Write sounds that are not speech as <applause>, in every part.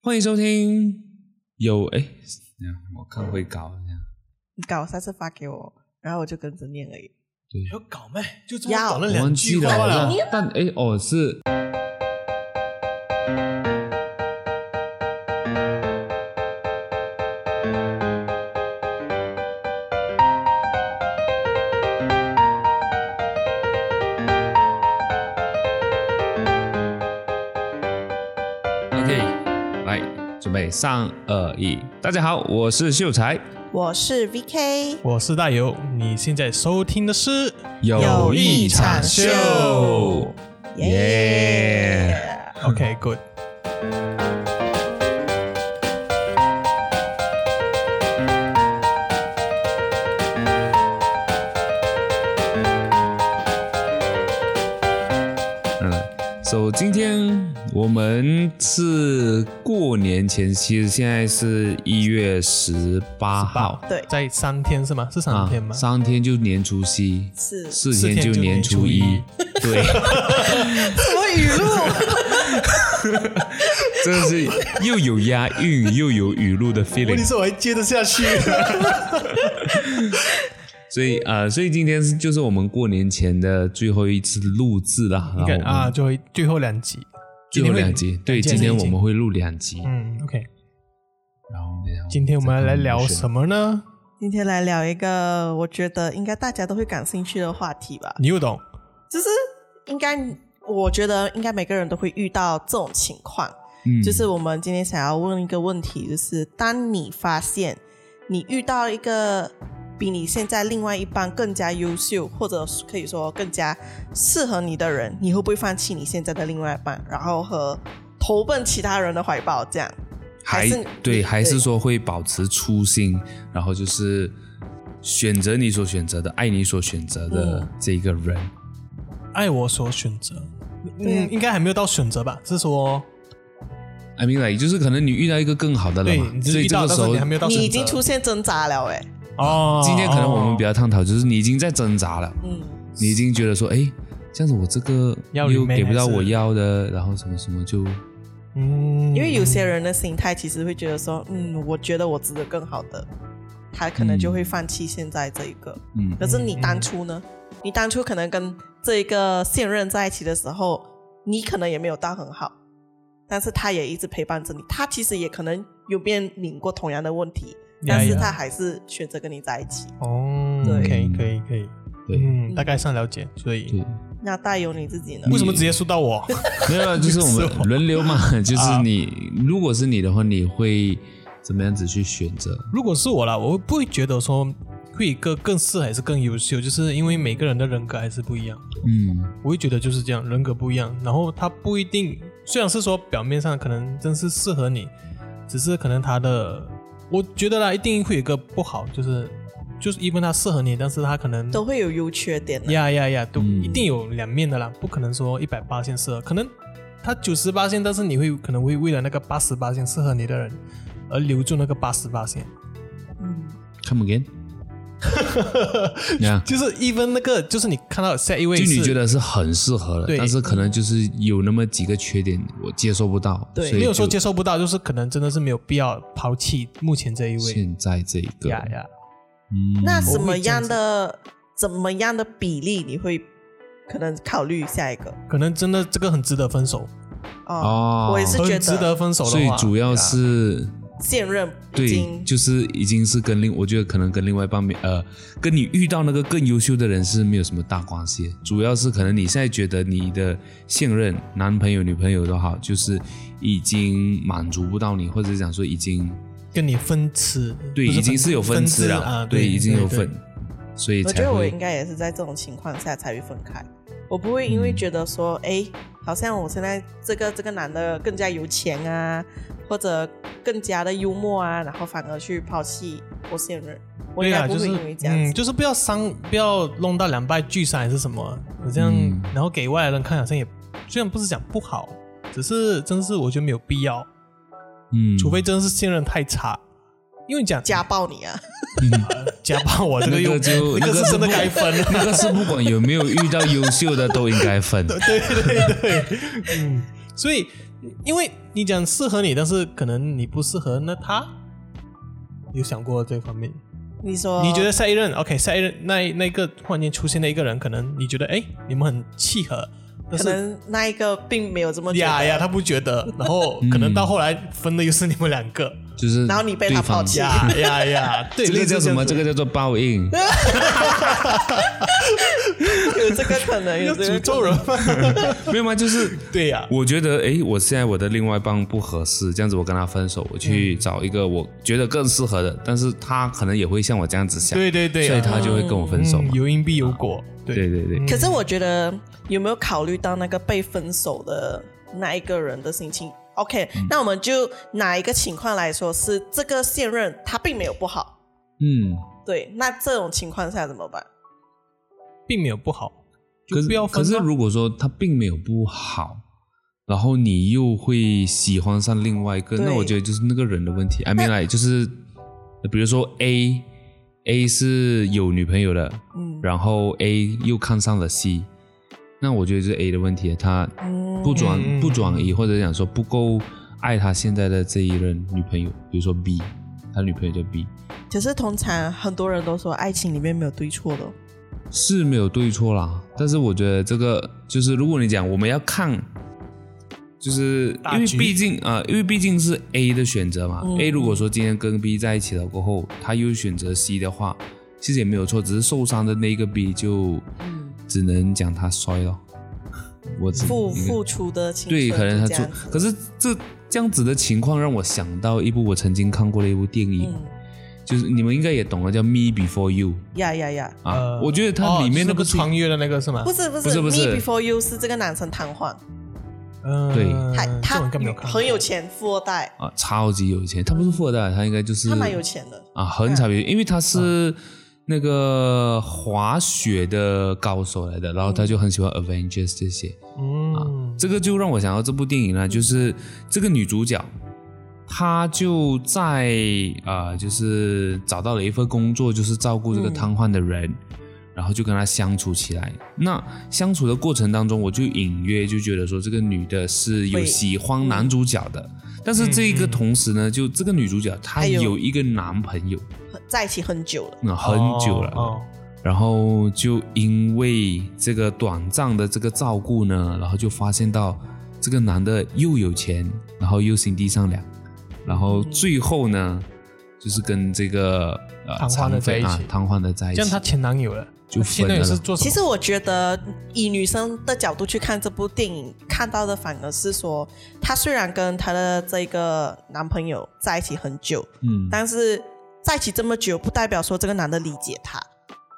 欢迎收听有哎，这样我看会搞这样，你搞三次发给我，然后我就跟着念而已。有搞咩？就这么要搞了我忘两记句了，话好像了。但哎哦是，OK，来准备三二一，大家好，我是秀才，我是 VK，我是大游，你现在收听的是嗯有一场秀耶 OK Good。嗯，所、以今天我们是过年前夕，现在是一月十八号啊对，在三天是吗？是三天吗？三天就年除夕，是什四天就年初一四天，对， <laughs> 么语录？ <laughs> 真的是又有押韵又有语录的问题 feeling，是我还接得 <laughs> 下去？所以呃，所以今天是就是我们过年前的最后一次录制了，应该然后啊，就会最后两集，最后两集，对，今天我们会录两集，嗯 OK。然后然后今天我们来聊么？什么呢？今天来聊一个我觉得应该大家都会感兴趣的话题吧，你又懂？就是应该我觉得应该每个人都会遇到这种情况，嗯就是我们今天想要问一个问题，就是当你发现你遇到一个比你现在另外一半更加优秀，或者可以说更加适合你的人，你会不会放弃你现在的另外一半，然后和投奔其他人的怀抱？这样还还是对，对还是说会保持初心，然后就是选择你所选择的，爱你所选择嗯的这个人。爱我所选择，对啊嗯，应该还没有到选择吧？是说， I mean like，就是可能你遇到一个更好的了对，嘛，你只所是以遇这到，个但时是候你还没有到选择。你已经出现挣扎了、欸，哎，哦，今天可能我们比较较探讨就是你已经在挣扎了，嗯，你已经觉得说，哎，这样子我这个要又 remain 给不到还是我要的，然后什么什么就嗯，因为有些人的心态其实会觉得说，嗯，我觉得我值得更好的，他可能就会放弃现在这一个。嗯可是你当初呢？你当初可能跟这一个现任在一起的时候，你可能也没有到很好，但是他也一直陪伴着你。他其实也可能有面临过同样的问题，呀但是呀他还是选择跟你在一起。哦，对可以可以可以，对嗯，大概上了解，所以对，那带有你自己呢？为什么直接说到我？没有啊，就是我们轮流 <laughs> 嘛，就是啊你如果是你的话，你会怎么样子去选择？ <laughs> 如果是我啦，我不会觉得说会有一个更适合还是更优秀，就是因为每个人的人格还是不一样。嗯我会觉得就是这样，人格不一样，然后他不一定，虽然是说表面上可能真是适合你，只是可能他的，我觉得啦，一定会有一个不好，就是就是一般他适合你，但是他可能都会有优缺点的。呀呀呀，都嗯一定有两面的啦，不可能说一百八线适合，可能他九十八线，但是你会可能会为了那个八十八线适合你的人而留住那个八十八线。嗯， ，Come <laughs> again，yeah. 就是一分那个，就是你看到下一位，就是你觉得是很适合的，对但是可能就是有那么几个缺点，我接受不到。对所以没有说就接受不到，就是可能真的是没有必要抛弃目前这一位。现在这一个，呀呀，嗯，那我什么会这样样的怎么样的比例你会可能考虑下一个？可能真的这个很值得分手，哦，哦，我也是觉得很值得分手的话。所以主要是现任已对，经就是已经是跟另，我觉得可能跟另外一半没呃，跟你遇到那个更优秀的人是没有什么大关系，主要是可能你现在觉得你的现任男朋友、女朋友都好，就是已经满足不到你，或者讲说已经跟你分吃，对，不已经分是有分支支了，啊，对，已经有对分，所以我才觉得我会应该也是在这种情况下才会分开，我不会因为嗯觉得说，哎、好像我现在这个这个男的更加有钱啊，或者更加的幽默啊，然后反而去抛弃我现任，我应对该啊，不就会是因为这样嗯，子。就是不要伤，不要弄到两败俱伤还是什么，这样、嗯然后给外来人看好像也，虽然不是讲不好，只是真是我觉得没有必要，嗯，除非真的是信任太差，因为你讲家暴你啊！ <laughs> 家暴我这个那又个就那那个个是真的不该分了， <laughs> 那个是不 <laughs> 管有没有遇到优秀的都应该分。对对对对，嗯，所以因为你讲适合你，但是可能你不适合那他，有想过这方面？你呃说你觉得下一任 OK，下一任那那个突然间出现的一个人，可能你觉得哎，你们很契合，但可是能那一个并没有这么觉呀得呀，他不觉得，然后嗯可能到后来分的又是你们两个， <laughs> 就是然后你被他对方抛弃呀呀呀，对，这个类似叫什么？样子这个叫做报 <laughs> 应。有这个可 <laughs> 能，有要这个可诅能咒人吗？ <laughs> 没有吗？就是 <laughs> 对呀，我觉得，诶，我现在我的另外一半不合适，这样子我跟他分手，我嗯去找一个我觉得更适合的，但是他可能也会像我这样子想，对对对，所以他就会跟我分手嗯嘛。有因必有果，对对对，可是我觉得有没有考虑到那个被分手的那一个人的心情？OK，、那嗯我们就拿一个情况来说，是这个现任他并没有不好，嗯，对，那这种情况下怎么办？并没有不好，就可是不要分啊可是吧如果说他并没有不好，然后你又会喜欢上另外一个，对那我觉得就是那个人的问题。I mean like 就是，比如说 A A 是有女朋友的，嗯然后 A 又看上了 C，那我觉得就是 A 的问题，他不转、嗯不转移，或者讲说不够爱他现在的这一任女朋友，比如说 B，他女朋友叫 B，可是通常很多人都说爱情里面没有对错的哦，是没有对错啦，但是我觉得这个就是，如果你讲我们要看，就是大因为局毕竟啊、呃因为毕竟是 A 的选择嘛、嗯 a 如果说今天跟 B 在一起了过后，他又选择 C 的话，其实也没有错，只是受伤的那个 B 就嗯只能讲他衰了。我只付应该付出的青对，春可能他就这做样，子可是这这样子的情况让我想到一部我曾经看过的一部电影，嗯，就是你们应该也懂了，叫《Me Before You》呀呀呀，啊、呃我觉得它哦里面是那那部个情穿越的那个是吗？不是不是啊不是不是 m e Before You 是这个男生瘫痪，嗯，对他这种他应该没有看过很有钱，富二代，啊，超级有钱。他不是富二代，他应该就是他蛮有钱嗯的，啊，很超级有钱，因为他是那个滑雪的高手来的，然后他就很喜欢 Avengers 这些。嗯，啊这个就让我想到这部电影呢，就是这个女主角，她就在呃，就是找到了一份工作，就是照顾这个嗯瘫痪的人，然后就跟她相处起来。那相处的过程当中，我就隐约就觉得说，这个女的是有会喜欢男主角的，但是这一个同时呢，就这个女主角她还有有一个男朋友，很在一起很久了，那很久了。哦然后就因为这个短暂的这个照顾呢，然后就发现到这个男的又有钱，然后又心地善良，然后最后呢，就是跟这个呃瘫痪残废的在一啊起瘫痪的在哦一这起样，她前男友了，就她前男友分了 <laughs> 是做什其么实我觉得，以女生的角度去看这部电影，看到的反而是说，她虽然跟她的这个男朋友在一起很久，嗯但是在一起这么久，不代表说这个男的理解她。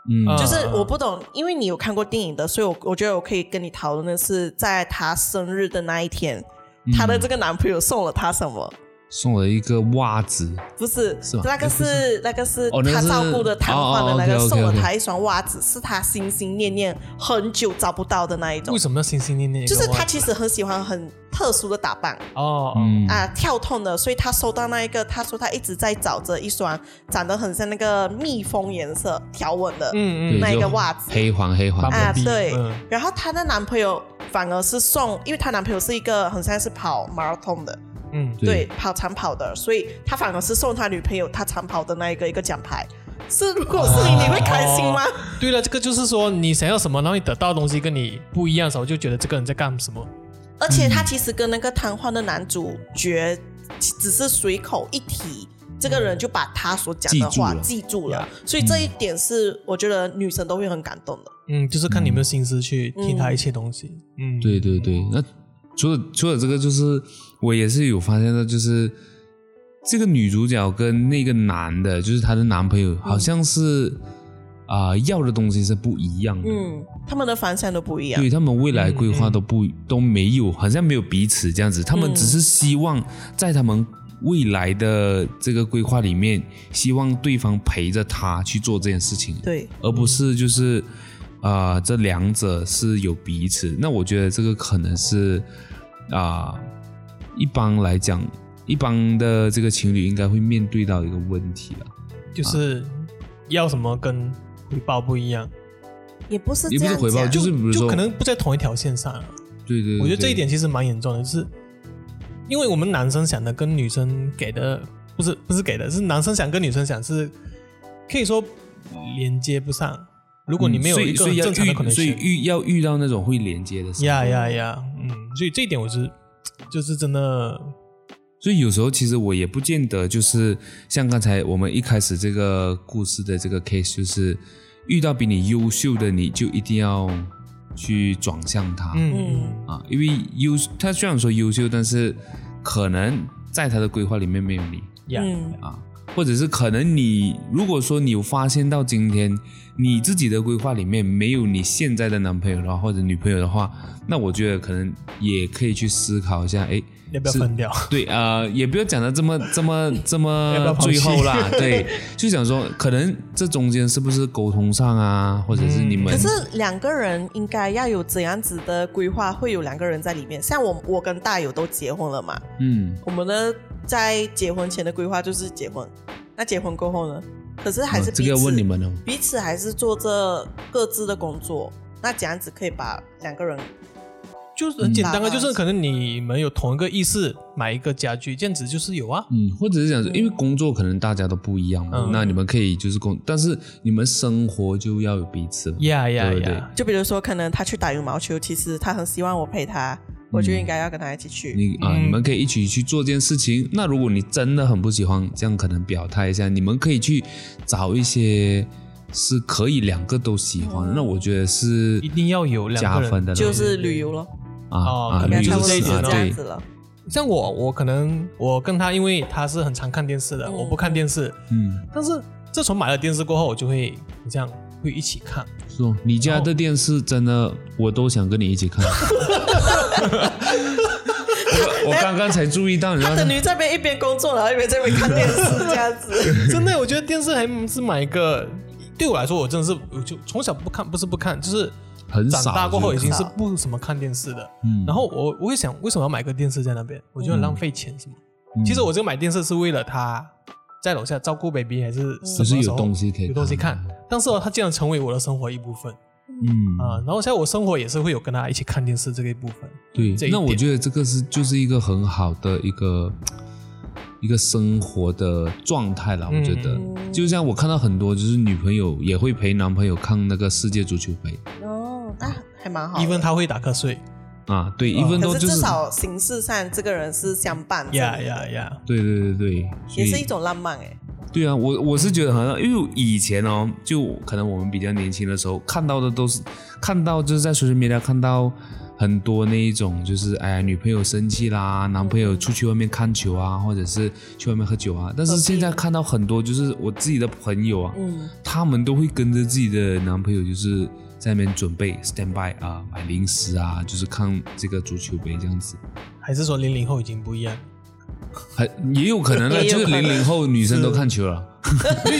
嗯，啊就是我不懂，因为你有看过电影的，所以我我觉得我可以跟你讨论的是，在她生日的那一天，她的这个男朋友送了她什么？送了一个袜子，不是，是吗那个哎是那个是哦那个他是照顾的瘫痪的那哦个，哦，OK，OK，OK 送了他一双袜子，是他心心念念很久找不到的那一种为。什么要心心念念一就个袜是子？他其实很喜欢很特殊的打扮哦，哦嗯啊，跳痛的，所以他收到那一个，他说他一直在找着一双长得很像那个蜜蜂颜色条纹的，对嗯那一个就袜子黑黄黑黄芭的，啊比对嗯然后她的男朋友反而是送，因为她男朋友是一个很像是跑 marathon 的，嗯对，跑长跑的，所以他反而是送他女朋友他长跑的那一个一个奖牌。是，如果是哦你，你会开心吗？对了，这个就是说你想要什么，然后你得到的东西跟你不一样的时候，就觉得这个人在干什么。而且嗯他其实跟那个瘫痪的男主角只是随口一提，这个人就把他所讲的话记记住了呀，所以这一点是我觉得女生都会很感动的。嗯，就是看你有没有心思去听他一切东西。嗯，对对对，那除了除了这个，就是我也是有发现到，就是这个女主角跟那个男的，就是她的男朋嗯友，好像是啊、要的东西是不一样的。嗯，他们的方向都不一样对。他们未来规划都不、都没有，好像没有彼此这样子，他们嗯只是希望在他们未来的这个规划里面，希望对方陪着他去做这件事情。对，而不是就是啊、呃这两者是有彼此。那我觉得这个可能是啊、一般来讲，一般的这个情侣应该会面对到一个问题啊了，就是要什么跟回报不一样，也不是也不这样是回报，讲是比如就说，可能不在同一条线上了。啊嗯对对对，我觉得这一点其实蛮严重的，就是因为我们男生想的跟女生给的不是不是给的，是男生想跟女生想是可以说连接不上。如果你没有一嗯所个以很所正常以的要可能遇，所以性，遇要遇到那种会连接的时候。呀呀呀，嗯，所以这一点我是就是真的，所以有时候其实我也不见得就是像刚才我们一开始这个故事的这个 case，就是遇到比你优秀的你就一定要去转向他、嗯啊，因为优他虽然说优秀，但是可能在他的规划里面没有你。呀，嗯啊，或者是可能你如果说你有发现到今天你自己的规划里面没有你现在的男朋友的话或者女朋友的话，那我觉得可能也可以去思考一下，哎，要不要是 <laughs> 分掉？对，呃，也不要讲的这么这么这 <laughs> 要不要么抛弃最后啦，对，就想说可能这中间是不是沟通上啊，或者是你们嗯可是两个人应该要有怎样子的规划，会有两个人在里面。像我，我跟大友都结婚了嘛，嗯，我们呢在结婚前的规划就是结婚，那结婚过后呢？可是还是哦这彼个此、要问你们哦，彼此还是做着各自的工作，那这样子可以把两个人就是很简单啊，嗯就是可能你们有同一个意识买一个家具，这样子就是有啊。嗯，或者是讲说，因为工作可能大家都不一样嘛，嗯那你们可以就是工，但是你们生活就要有彼此嘛，呀呀对对呀！就比如说，可能他去打羽毛球，其实他很希望我陪他，我就应该要跟他一起去。你啊，嗯你们可以一起去做件事情。那如果你真的很不喜欢，这样可能表态一下，你们可以去找一些是可以两个都喜欢的。那我觉得是一定要有两个加人分的啦，就是旅游咯，哦啊啊，可能旅差游不多这是一是点啊，这样对子，了。像我，我可能我跟他，因为他是很常看电视的，嗯我不看电视。嗯，但是自从买了电视过后，我就会这样会一起 <laughs> 看。是哦。你家的电视真的，我都想跟你一起看。我我刚刚才注意到，你知道他的女这边一边工作，然后一边这边看电视，这样 <laughs> 子。真的，我觉得电视还是买一个，对我来说，我真的是我就从小不看，不是不看，就是很长少大过后已经是就是不怎么看电视的。嗯然后我我会想，为什么要买个电视在那边？我觉得很浪费钱，是吗？嗯其实我这个买电视是为了他在楼下照顾 baby，还是就嗯是什么时有候东西可以有东西看。但是哦，他竟然成为我的生活一部分嗯啊、然后现在我生活也是会有跟他一起看电视这个一部分。对这，一那我点觉得这个是就是一个很好的一个一个生活的状态啦。嗯我觉得，就像我看到很多就是女朋友也会陪男朋友看那个世界足球杯哦，那还蛮好的。 even 他会打瞌睡，啊，对，啊一分哦都可是就至是少形式上，这个人是相伴，呀呀呀！对对对对，所也以是一种浪漫哎。对啊，我我是觉得好像，因为以前哦，就可能我们比较年轻的时候看到的都是看到就是在 social media 看到很多那一种就是哎呀女朋友生气啦，男朋友出去外面看球啊，或者是去外面喝酒啊，但是现在看到很多就是我自己的朋友啊，嗯，他们都会跟着自己的男朋友就是在那边准备 stand by 啊，买零食啊，就是看这个足球杯这样子。还是说零零后已经不一样？很也有可能呢， <laughs> 也有就是可能零零后女生都看球了。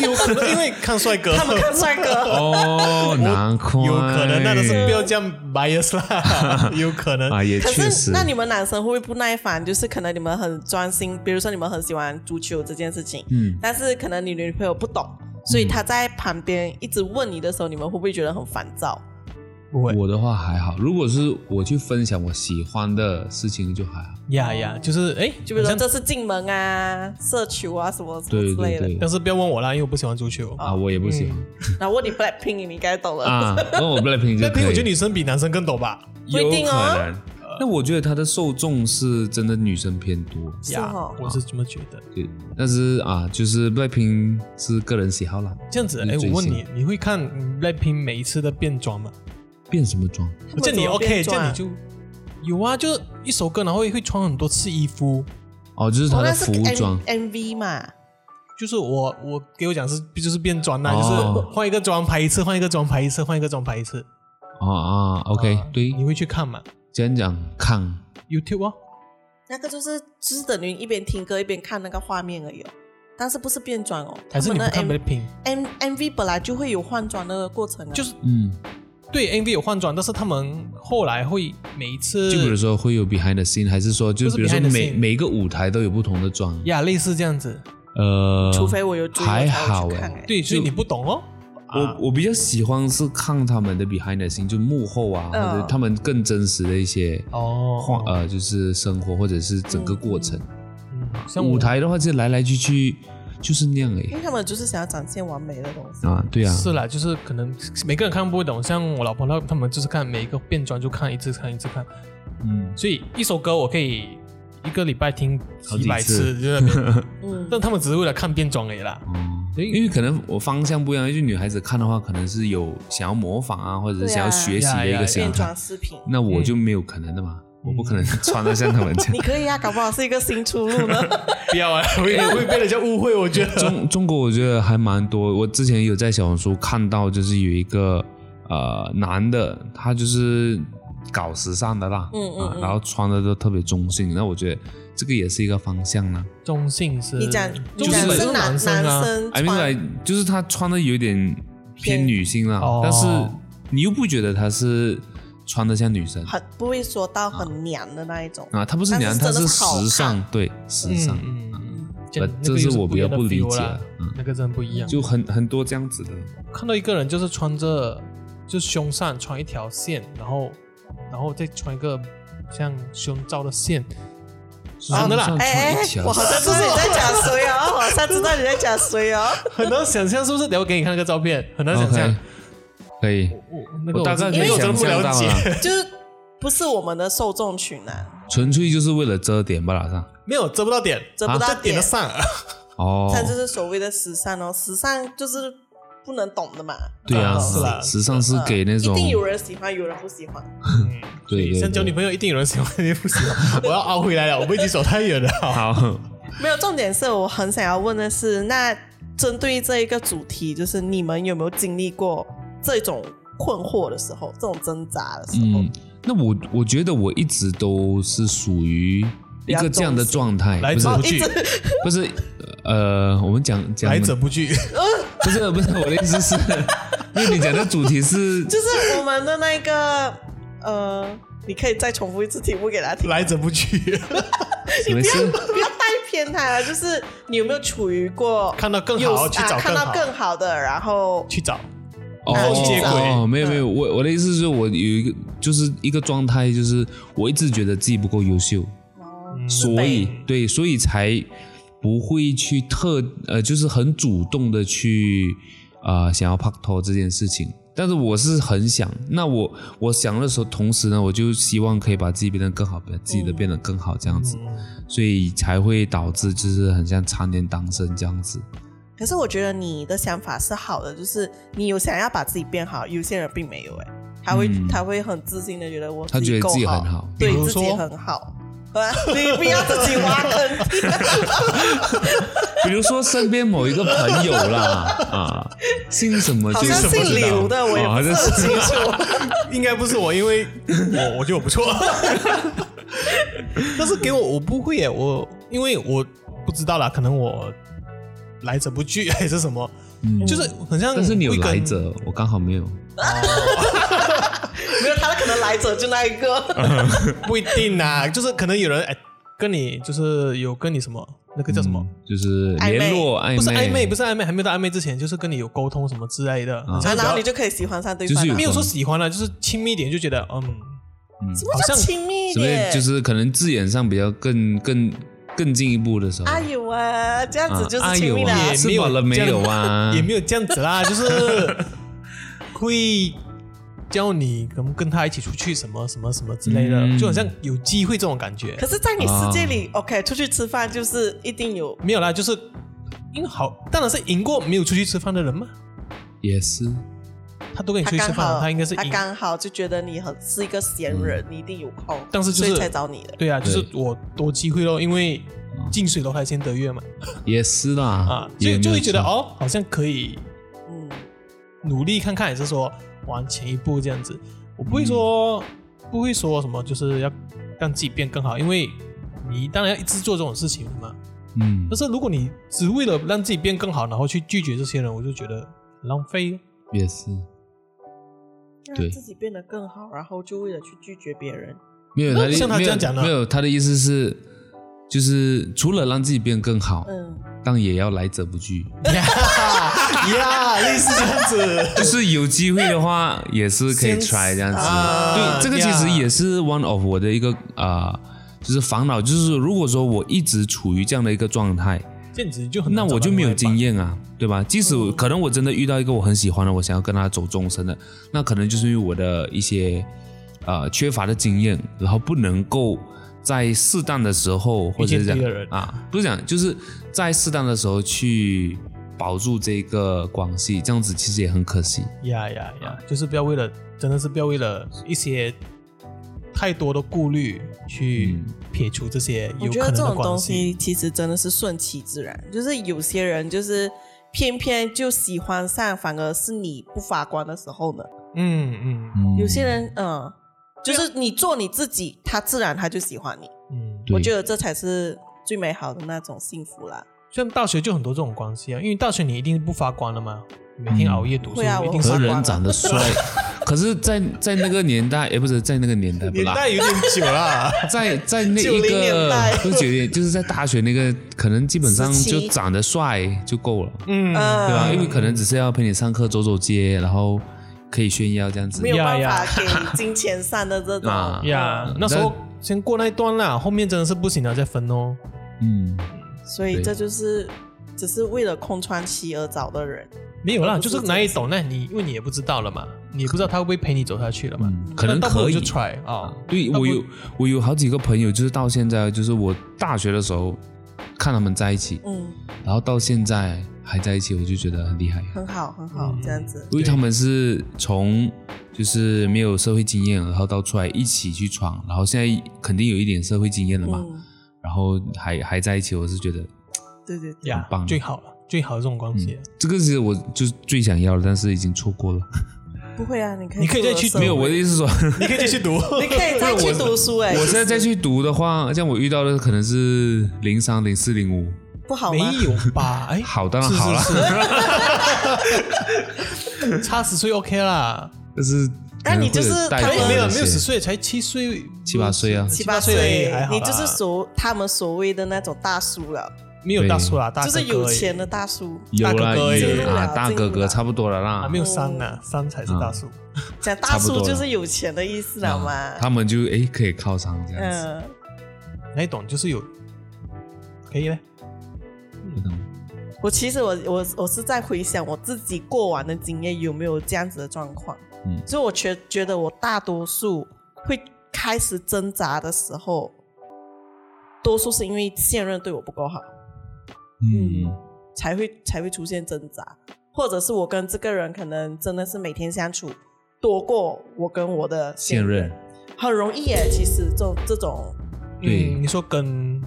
有可能因为看帅哥，他们看帅 <laughs> 哥，哦，难怪 <laughs> 有可能，那都是不要这样 bias <laughs> 啦，有可能。啊，也可确是实。那你们男生会不会不耐烦？就是可能你们很专心，比如说你们很喜欢足球这件事情，嗯，但是可能你女朋友不懂，所以她在旁边一直问你的时候，你们会不会觉得很烦躁？不会我的话还好，如果是我去分享我喜欢的事情就还好。呀呀，就是哎，就比如好说像哦这是进门啊、射球啊什么什么对之类对的。对，但是不要问我啦，因为我不喜欢哦足球。哦啊，我也不喜欢然后问你 Blackpink，你应该懂了。啊。那我 Blackpink 就那可以，我觉得女生比男生更懂吧？不一定有可哦能。那我觉得他的受众是真的女生偏多，是哦我是这么觉得。对。但是啊，就是 Blackpink 是个人喜好啦，这样子，哎，是我最问新你，你会看 Blackpink 每一次的变装吗？变什么装？他我们叫你怎么 OK，变这装样啊你就有啊，就一首歌，然后会穿很多次衣服。哦，就是他哦的那是服装 M V 嘛，就是我，我给我讲是就是变装啦，哦就是换一个妆拍一次，换一个妆拍一次，换一个妆拍一次。哦啊，OK，啊对，你会去看吗这样讲看。 ？YouTube 哦，那个就是就是等于一边听歌一边看那个画面而已、哦，但是不是变装哦？还是你他不看们的 Blackpink？ M M V 本来就会有换装的过程啊，就是嗯，对 MV 有换装，但是他们后来会每一次就比如说会有 behind the scene，还是说就比不是如说 behind the 每 scene 每一个舞台都有不同的妆？呀，类似这样子。呃，除非我有追我才还好会去看哎哎、对，所以你不懂哦。啊我我比较喜欢是看他们的 behind the scene，就幕后啊，嗯或者他们更真实的一些画、哦，呃，就是生活或者是整个过程。嗯像呃舞我台的话，就来来去去就是那样因诶、为他们就是想要展现完美的东西。啊，对啊，是啦，就是可能每个人看不懂，像我老婆她他们就是看每一个变装就看一次看一次看，嗯，所以一首歌我可以一个礼拜听好几几百次次，就在那 <laughs> 边嗯，但他们只是为了看变装而已啦。哦所以因为可能我方向不一样，就女孩子看的话，可能是有想要模仿啊，或者是对啊想要学习的一个呀想变法装。视频，那我嗯就没有可能的嘛，我不可能穿得像他 <laughs> 们这样。你可以啊，搞不好是一个新出路 <laughs> 呢。不要啊，会会被人家误会，我觉得。中中国我觉得还蛮多，我之前有在小红书看到，就是有一个呃男的，他就是搞时尚的啦，嗯嗯啊嗯然后穿的都特别中性，那我觉得这个也是一个方向呢。 <laughs> 中性是，你讲，你中讲性就是男男男啊，生 I 穿 mean like 就是他穿的有点偏偏女性啦，哦但是你又不觉得他是穿的像女生很不会说到很娘的那一种。啊？他不是但是娘，他真的是是好时尚，对时尚。嗯嗯呃嗯，这是我比较不理解了的，，嗯，那个真不一样。就很很多这样子的，看到一个人就是穿着，就胸上穿一条线，然后然后再穿一个像胸罩的线，啊啊那啦穿哎哎一，条我好像知道你在讲谁哦，我好像知道你在讲 <laughs> 谁哦。 <laughs> 很难想象是不是？等我给你看那个照片，很难想象 OK，。可以，我我那个我大概真可以我真想的不象了到解，了，就是不是我们的受众群啊，纯粹就是为了遮点吧，是吧？ <laughs> 没有遮不到点，遮不到这点点得，上 <laughs> 啊。哦，它就是所谓的时尚哦，时尚就是不能懂的嘛。对啊，啊时是啦时尚是嗯给那种一定有人喜欢，有人不喜欢。嗯对对想交女对，朋友一定有人喜欢，一 <laughs> 定不喜欢。我要凹回来了，我们已经走太远了。好，没有，重点是我很想要问的是，那针对这一个主题，就是你们有没有经历过这种困惑的时候，这种挣扎的时候？嗯，那我我觉得我一直都是属于一个这样的状态，来不是者不一拒，直不是，呃，我们讲讲来者不拒。 <laughs> 不是不是我的意思是，因为你讲的主题是就是我们的那个呃，你可以再重复一次题目给他听，来者不拒， <laughs> 什么事？不要带偏他了。就是你有没有处于过看到更有好去找啊、看更到好更好的，然后去找。哦，去找哦，没有没有，我我的意思是我有一个就是一个状态，就是我一直觉得自己不够优秀，嗯所以被对，所以才不会去特呃，就是很主动的去啊、呃想要拍拖这件事情。但是我是很想，那我我想的时候，同时呢，我就希望可以把自己变得更好，把自己的变得更好这样子，所以才会导致就是很像常年单身这样子。可是我觉得你的想法是好的，就是你有想要把自己变好，有些人并没有哎、他会、嗯他会很自信的觉得我他觉得够自己很好好，对比如自说己很好。啊你不要自己挖 <laughs> 坑，比如说身边某一个朋友啦，啊，姓什么就好像是不姓知道刘的，我也哦好不像是是很清楚。 <laughs> 应该不是我，因为我我觉得我不错。 <laughs> 但是给我我不会耶，我因为我不知道啦，可能我来者不拒 <laughs> 还是什么，嗯就是很像。但是你有来者，者，我刚好没有。没有，他可能来者就那一啊个。啊不一定啊， <laughs> 就是可能有人哎跟你就是有跟你什么那个叫什么？嗯就是联络嗯暧昧，不是暧昧，不是暧昧，还没有到暧昧之前，就是跟你有沟通什么之类的，啊很像然比较后你就可以喜欢上对就方是了有没，有说喜欢了，啊就是亲密一点就觉得嗯，嗯我好就像亲密一什么点。就是可能字眼上比较更更更进一步的时候，哎呦啊，这样啊子就是哎亲呦密啊了。也吃没有饱了没有啊？也没有这样子啦，就是 <laughs> 会叫你跟跟他一起出去什么什么什么之类的，嗯就好像有机会这种感觉可。是，在你世啊界里、o k 出去吃饭就是一定有没有啦，就是因为好，当然是赢过没有出去吃饭的人嘛，也是，他都跟你他出去刚吃饭好，了，他应该是他赢。刚好就觉得你很是一个闲人，你一定有空，但是就所以是才找你的。对啊，就是对我多机会咯，因为近水楼台先得月嘛，也是啦啊，所也以没有就会觉得错，哦，好像可以嗯，努力看看，还是说往前一步这样子。我不会说，嗯不会说什么，就是要让自己变更好，因为你当然要一直做这种事情嘛。嗯但，是如果你只为了让自己变更好，然后去拒绝这些人，我就觉得很浪费。也是，对让自己变得更好，然后就为了去拒绝别人，没有他的像他没有这样讲的没有他的意思是，就是除了让自己变更好，嗯， <laughs> 但也要来者不拒。你呀，类似这样子。就是有机会的话，嗯也是可以先 try 这样子。啊对，这个其实也是 one of 我的一个啊、呃就是烦恼，就是如果说我一直处于这样的一个状态，这样 <laughs> 子就很那难找我到就没另外有一经半。验啊，对吧？即使我可能我真的遇到一个我很喜欢的，我想要跟他走终身的，那可能就是因为我的一些呃缺乏的经验，然后不能够在适当的时候或者是遇见对的讲人啊，不是讲就是在适当的时候去保住这个关系，这样子其实也很可惜。呀呀呀！就是不要为了，真的是不要为了一些太多的顾虑去撇除这些嗯我有觉可得能这的种关东系。西其实真的是顺其自然，就是有些人就是偏偏就喜欢上，反而是你不发光的时候呢。嗯嗯嗯有些人，嗯，啊就是你做你自己，他自然他就喜欢你。嗯，对我觉得这才是最美好的那种幸福啦。像大学就很多这种关系啊，因为大学你一定不发光的嘛，每天嗯熬夜读书，会啊一我很定是可发是光人了长得帅， <laughs> 可是在，在那个年代，也不是在那个年代不年啦，代有点久啊了， <laughs> 在在那一90年代个 <laughs> 不是九零，就是在大学那个，可能基本上17就长得帅就够了，对嗯吧？因嗯，为可能只是要陪你上课、走走街，然后可以炫耀这样子没。有呀办呀法给金钱上的这啊种，呀嗯，那时候先过那一段啦，后面真的是不行了再分哦。嗯，所以对这就是只是为了空窗期而找的人。没有啦，不就是是这难以样懂。那你因为你也不知道了嘛，你也不知道他会不会陪你走下去了嘛。嗯可能那倒不如可以嗯就 try 啊。对那不我有我有好几个朋友，就是到现在，就是我大学的时候看他们在一起，嗯，然后到现在还在一起，我就觉得很厉害。很好，很好嗯，这样子。因为他们是从就是没有社会经验，然后到出来一起去闯，然后现在肯定有一点社会经验了嘛，嗯，然后还还在一起，我是觉得对对对，呀很棒嗯最好了，最好的这种关系。这个是我就是最想要的，但是已经错过了。不会啊，你可以你可以再去做没有，我的意思是说，你可以继续读。 <laughs> 你可 <laughs> 以再去读书哎、 <laughs> 我现在其再实去读的话，像我遇到的可能是零三、零四、零五，不好没吗？有吧？哎，好当然是好了，是是 <laughs> 差十岁 OK 啦，但是那你就是可能他会们没有有带回哎没有没有一些十岁，才七岁七八岁啊七八八岁而已还好啦你就是所他们所谓的那种大叔了，没有大叔啦，大就哥哥是有钱而的大叔，有啦大哥哥而已有啦进入了大哥进入哥了差不多了已啦啊，没有三呐，三才是大叔。啊讲大差不叔多了就是有钱的意思了嘛嗯啊。他们就哎可以靠上这样子。嗯，那一种就是有，可以嘞。嗯我其实我我我是在回想我自己过往的经验有没有这样子的状况，嗯所以我觉觉得我大多数会开始挣扎的时候，多数是因为现任对我不够好。嗯才会才会出现挣扎，或者是我跟这个人可能真的是每天相处多过我跟我的现任，很容易耶。其实这种这种对嗯你说跟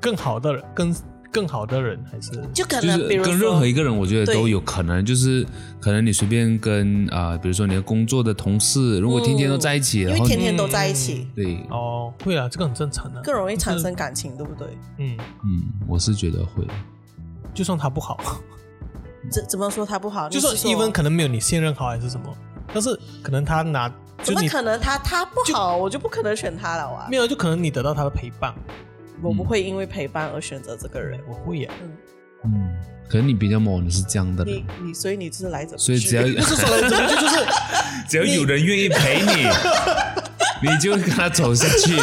更好的人，跟更好的人还是就可就能是比如说跟任何一个人，我觉得对都有可能，就是可能你随便跟啊、比如说你的工作的同事，如果天天都在一起，因然为后天天都在一起，对，哦，会啊，这个很正常的。更容易产生感情，对不对？嗯，嗯，我是觉得会，就算他 <laughs> 不好，怎怎么说他不好？就你算是说 even 可能没有你信任好还是什么，但是可能他拿怎就么你可能他他不好，我就不可能选他了啊没！有，就可能你得到他的陪伴。我不会因为陪伴而选择这个人。我会啊呀，嗯，可能你比较猛，你是这样的人你，你所以你就是来者不所以拒只要不是说来这 <laughs> 就就是。只要有人愿意陪你，你 <laughs> 就跟他走下 <laughs> 去。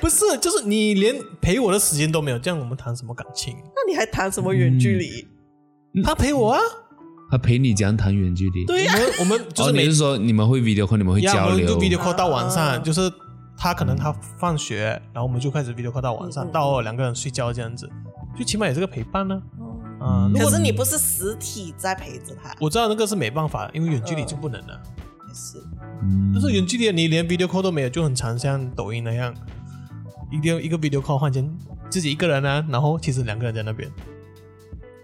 不是，就是你连陪我的时间都没有，这样我们谈什么感情？那你还谈什么远距离？他陪我啊，他陪你讲谈远距离，对呀、我们我们就哦，是你每是说你们会 video 或你们会呀交我们流就 video call 到晚上，啊就是他可能他放学，然后我们就开始 video call 到晚上，嗯嗯到两个人睡觉这样子，就起码也是个陪伴呢、嗯啊。嗯如可果是你不是实体在陪着他，我知道那个是没办法，因为远距离就不能了。也是嗯但是远距离你连 video call 都没有，就很常像抖音那样，一定要一个 video call 换成自己一个人啊，然后其实两个人在那边。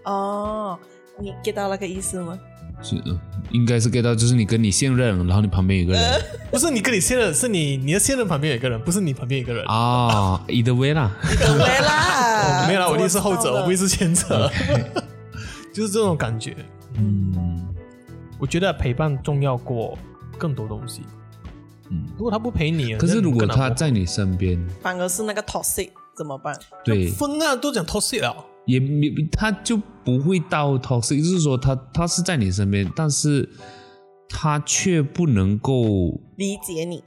哦，你 get 到那个意思吗？是呃应该是 get 到，就是你跟你现任，然后你旁边有个人不是你跟你现任，是你你的现任旁边有一个人，不是你旁边有一个人。，啊，either way 啦，等回啦 <laughs> 没有啦，我一定是怎么后 <laughs> 知道者，的我不会是前者， <laughs> 就是这种感觉。嗯我觉得陪伴重要过更多东西。嗯。如果他不陪你，可是那如果更难他过在你身边，反而是那个 toxic 怎么办？对，分啊，都讲 toxic 了，也没他就不会到 toxic，就是说他他是在你身边，但是他却不能够理解你，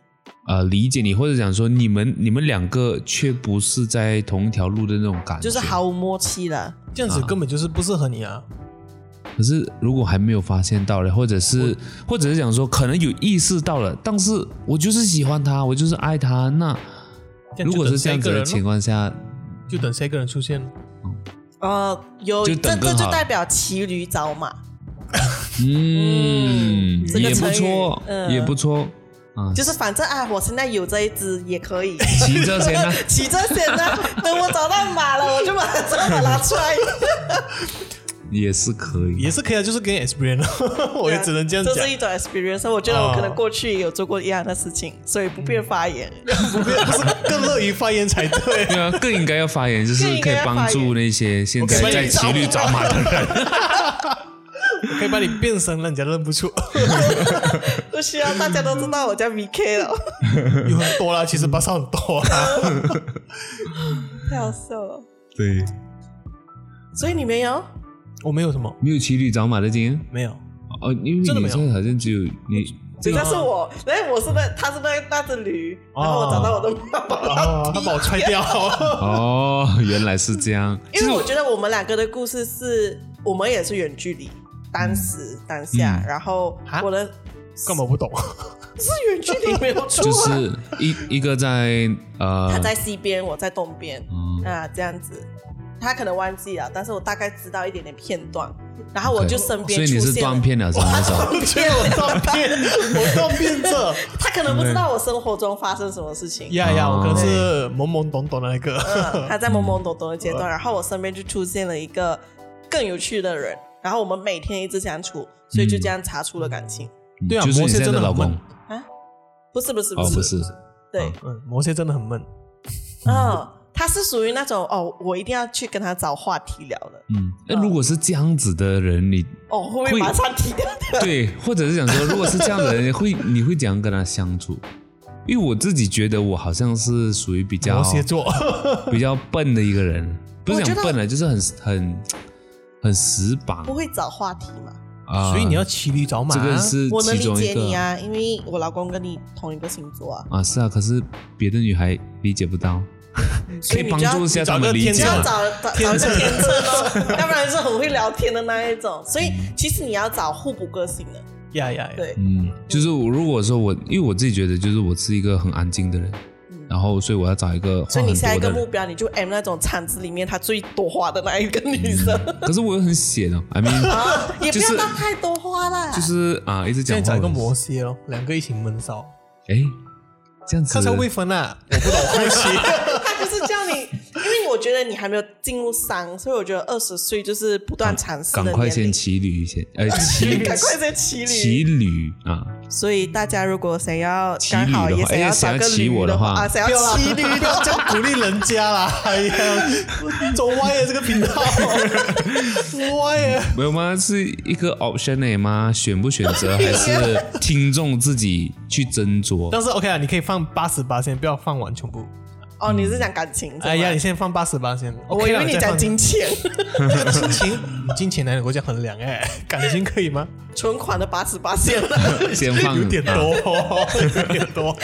呃理解你，或者讲说你们你们两个却不是在同一条路的那种感觉。就是毫无默契了。这样子根本就是不适合你啊！可是如果还没有发现到嘞，或者是或者是讲说可能有意识到了，但是我就是喜欢他，我就是爱他。那这样如就果是等这样子下一个人的咯情况下，就等下一个人出现，呃，有就这等更好这就了代表骑驴找马，嗯，这个也不成语错，嗯也不错啊。就是反正啊，我现在有这一只也可以骑着谁啊呢？ <laughs> <laughs> 骑这些呢。等我找到马了，我就把这把它拿出来。也是可以。也是可以啊，就是跟 experience，我 <laughs> 也只能这样这讲啊是。一种 experience。我觉得我可能哦过去有做过一样的事情，所以不便发 <laughs> 言。不 <laughs> 不是更乐于发言 <laughs> 才对。对啊，更应该要发言，就是更应可该以要帮发言助那些现在我可以在骑驴找马 <laughs> 的人。可以把你变身，让人家认不出。不需要大家都知道我叫 VK 了，有很多嗯啦，其实巴萨很多啊啦。太好笑了。对，所以你没有？我没有什么，没有骑驴找马的经验没有。哦，因为你真的没现有在好像只有你所以那是我，那我是那他是那那只驴，哦然后我找到我的马 <laughs> 宝宝。啊，他 <laughs> 把我踹掉。 <laughs> 哦，原来是这样。因为我觉得我们两个的故事是，我们也是远距离，当时当下，嗯然后啊我的干嘛不懂？是远距离没有错就啊，是一一个在呃，他在西边，我在东边，嗯啊，这样子，他可能忘记了，但是我大概知道一点点片段，然后我 OK 就身边所以你出是现 <laughs> 断片了，是吗？那时候所以我断 <laughs> 片，我断片这。他可能不知道我生活中发生什么事情。呀呀，哦我可能是懵懵懂懂的那个。嗯，他在懵懵懂懂的阶段，然后我身边就出现了一个更有趣的人，然后我们每天一直相处，所以就这样查出了感情。嗯 <laughs> 对啊就是摩你羯现在真的老很公闷不是不是哦，是，不是，对，嗯，摩羯真的很闷。嗯，他是属于那种哦，我一定要去跟他找话题聊的，嗯，啊那如果是这样子的人，你哦，会不会会马上踢掉？ <laughs> 对，或者是想说，如果是这样的人，会你会怎样跟他相处？因为我自己觉得我好像是属于比较摩羯座， <laughs> 比较笨的一个人，不是我觉讲得笨了，啊就是很很很死板不会找话题嘛？啊。所以你要骑驴找马。这个是我能其理中一解你个啊，因为我老公跟你同一个星座啊，啊，是啊，可是别的女孩理解不到，可 <laughs> 所以以你帮就要助一下他们理你解你要吗。找找找一个天秤 <laughs> 哦，要不然就是很会聊天的那一种。所以其实你要找互补个性的，呀呀呀！对，嗯，就是我如果说我，因为我自己觉得，就是我是一个很安静的人，嗯然后所以我要找一个话所以你很下一多个的目人。标，你就 M 那种厂子里面他最多花的那一个女生，可是我又很闲哦，I mean， <laughs> 也不嗯就是要当太多花啦。就是啊，一直现讲在话。找一个摩羯咯，两个一起闷骚。哎，这样子看才未婚啊，我不懂，我不行。他不是叫你，因为我觉得你还没有进入三，所以我觉得二十岁就是不断尝试的赶年龄。快先骑驴先，呃，骑 <laughs> 赶快先骑骑驴。驴啊，所以大家如果想要骑刚好驴的也话哎要想找要个骑驴我的的话啊，想不要要啦骑驴不的要这样鼓励人家啦！哎呀，走歪了这个频道，歪了。没有吗？是一个 option 呢吗？选不选择还是听众自己去斟酌？ <laughs> 但是 OK 啊，你可以放八十八先，不要放完全部。哦，你是讲感情？是吗哎呀，你先放八十八先。我 OK 啊以啦为你讲金钱，再放金钱，你金钱来的国家衡量哎，感情可以吗？ <laughs> 存款的八十八线。先放有点啊多，有点多。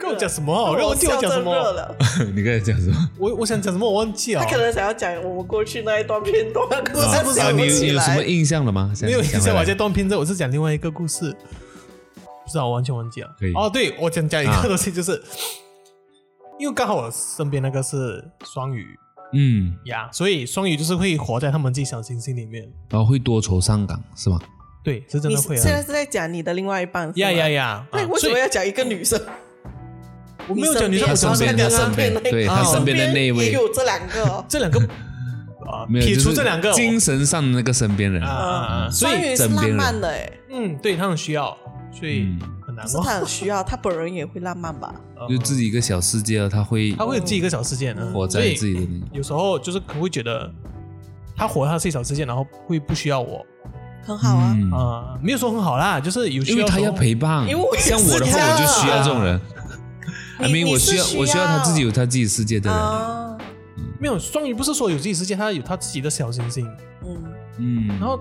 跟我讲 <laughs> 什么？跟我听我讲什我笑啊真热么？了你刚才讲什么？我我想讲什么，我忘记了他。可能想要讲我们过去那一段片段，不是 <laughs> 不是想啊你不有起有什么来。印象了吗？没有想印象，我在想断片这，我是讲另外一个故事，不知道我完全忘记了可以。哦，对，我讲讲一啊个东西，就是、因为刚好我身边那个是双鱼回来嗯，呀，所以双鱼就是会活在他们自己小行星里面。然后会多愁善感是吧？对，是真你的是会现在啊。是在讲你的另外一半？是吗呀呀！呀！那啊你为什所以么要讲一个女生？我没有讲你女生，我身讲身边他身边两个边那个对你他身身边的那一也位有这两个哦。<laughs> 这两个啊，没有，撇就除是这两个精神上的那个身边人啊啊，啊， <laughs> 所双以鱼是枕浪边漫人的哎，嗯，对他很需要，所以嗯很难可是哦他。很需要，他本人也会浪漫吧？呃就自己一个小世界了，他会他会有自己一个小世界呢，活所在以自己的那个。有时候就是可能会觉得他活他自己小世界，然后会不需要我很好啊。嗯啊、没有说很好啦，就是有需因为要他时候要陪伴，因为我也是像我的话，这样我就需要这种人。你 I mean，你我是需要需我需要他要自己有他自己世界的人。啊，没有双鱼不是说有自己世界，他有他自己的小行星。嗯，嗯，然后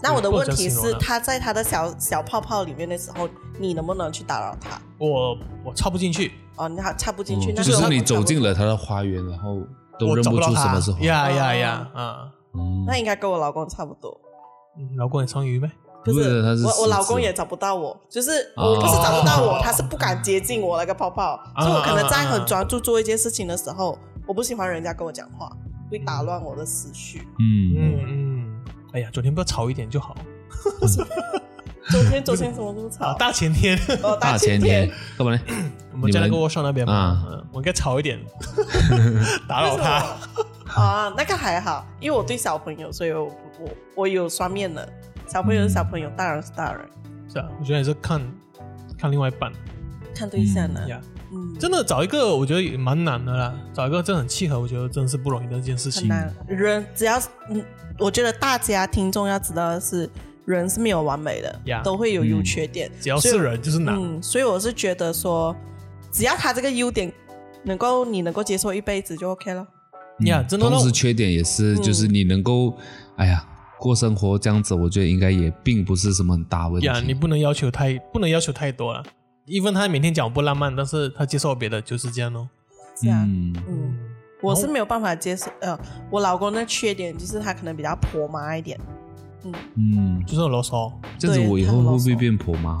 那我的问不知道题怎么形是，容了他在他的小小泡泡里面的时候，你能不能去打扰他？我我插不进去，哦，你还插不进去，那只嗯他是怎你么走进会，了他的花园，然后都我认找不到出他什么是花。呀呀呀啊！嗯那应该跟我老公差不多。嗯老公也双鱼呗？不不是是他是狮我，我老子公也找不到我，就是哦我不是找不到我，哦他是不敢接近我那个泡泡，啊所以我可能在啊啊很专注做一件事情的时候，我不喜欢人家跟我讲话，会打乱我的思绪。嗯，嗯嗯。哎呀，昨天不要吵一点就好昨天昨天什么都啊！吵，大前天哦大前天天，干嘛呢？嗯我们在那个你们沃上那边嘛啊，嗯我应该吵一 <laughs> 点，打扰他。啊，那个还好，因为我对小朋友，所以我我我有双面人，小朋友是小朋友，大人是大人，是啊，我觉得也是看看另外一半看对象呢，呀。嗯，真的找一个，我觉得也蛮难的啦。找一个真的很契合，我觉得真的是不容易的一件事很情。难。人只要是嗯，我觉得大家听众要知道的是，人是没有完美的呀都会有优嗯缺点，只要所以是人就是难。嗯，所以我是觉得说，只要他这个优点能够你能够接受一辈子就 OK 了。呀，真的同让时缺点也是，就是你能够，哎呀，过生活这样子，我觉得应该也并不是什么很大问题。呀，你不能要求太不能要求太多了。一芬他每天讲我不浪漫，但是他接受别的就是这样咯。这样，嗯哦嗯，我是没有办法接受。呃，我老公的缺点就是他可能比较婆妈一点，嗯，就是很 <laughs> 啰嗦，这样子对我以他后很会啰不会嗦变婆妈？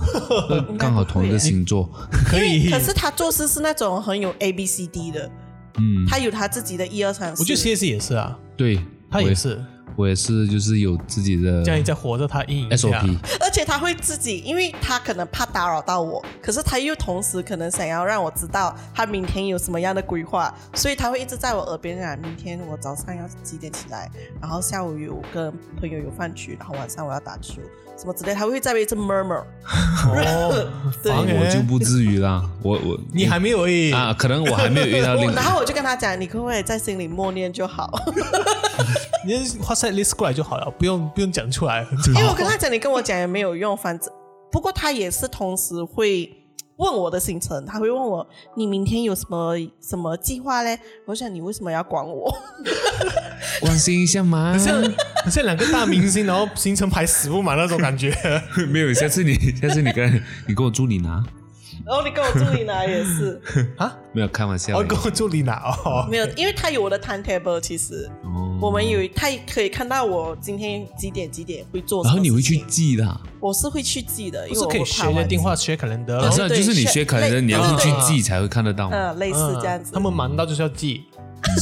呃刚好同一个星座，可以。可是他做事是那种很有 A B C D 的，嗯，他有他自己的一二三四。我觉得 C S 也是啊，对，他我也，是我也是，就是有自己的这样一再活着，他阴影一下。 SOP，而且他会自己，因为他可能怕打扰到我，可是他又同时可能想要让我知道他明天有什么样的规划，所以他会一直在我耳边讲，明天我早上要几点起来，然后下午有跟朋友有饭局，然后晚上我要打球什么之类，他会在那边一直 murmur。 <laughs> 哦，对烦欸我就不至于啦。我我你还没有而 <laughs> 已啊，可能我还没有遇到另我然后我就跟他讲，你可不可以在心里默念就好？你就是画 set list 过来就好了，不用不用讲 <laughs> 出来，很因为吵我。跟他讲，你跟我讲也没有用，反正不过他也是同时会问我的行程，他会问我你明天有什么什么计划嘞？我想你为什么要管我？ <laughs> 关心一下嘛。像像两个大明星，然后行程排死不满那种 <laughs> 感觉。 <laughs> 没有，下次 <laughs> 你下次你跟你跟我助理拿，然后你跟我助理拿也是 <laughs> <laughs> 没有开玩笑我而跟已。我助理拿哦，没有，因为他有我的 timetable，其实哦我们有他可以看到我今天几点几点会做什然么后你会事去情记的啊，我是会去记的，不因是为我可以不怕学的忘记电话学 calendar 啊咯是啊，对就是你学学可能你要类去对对记才会看得到嘛。嗯，类似这样啊子。嗯他们忙到就是要 <laughs> 记，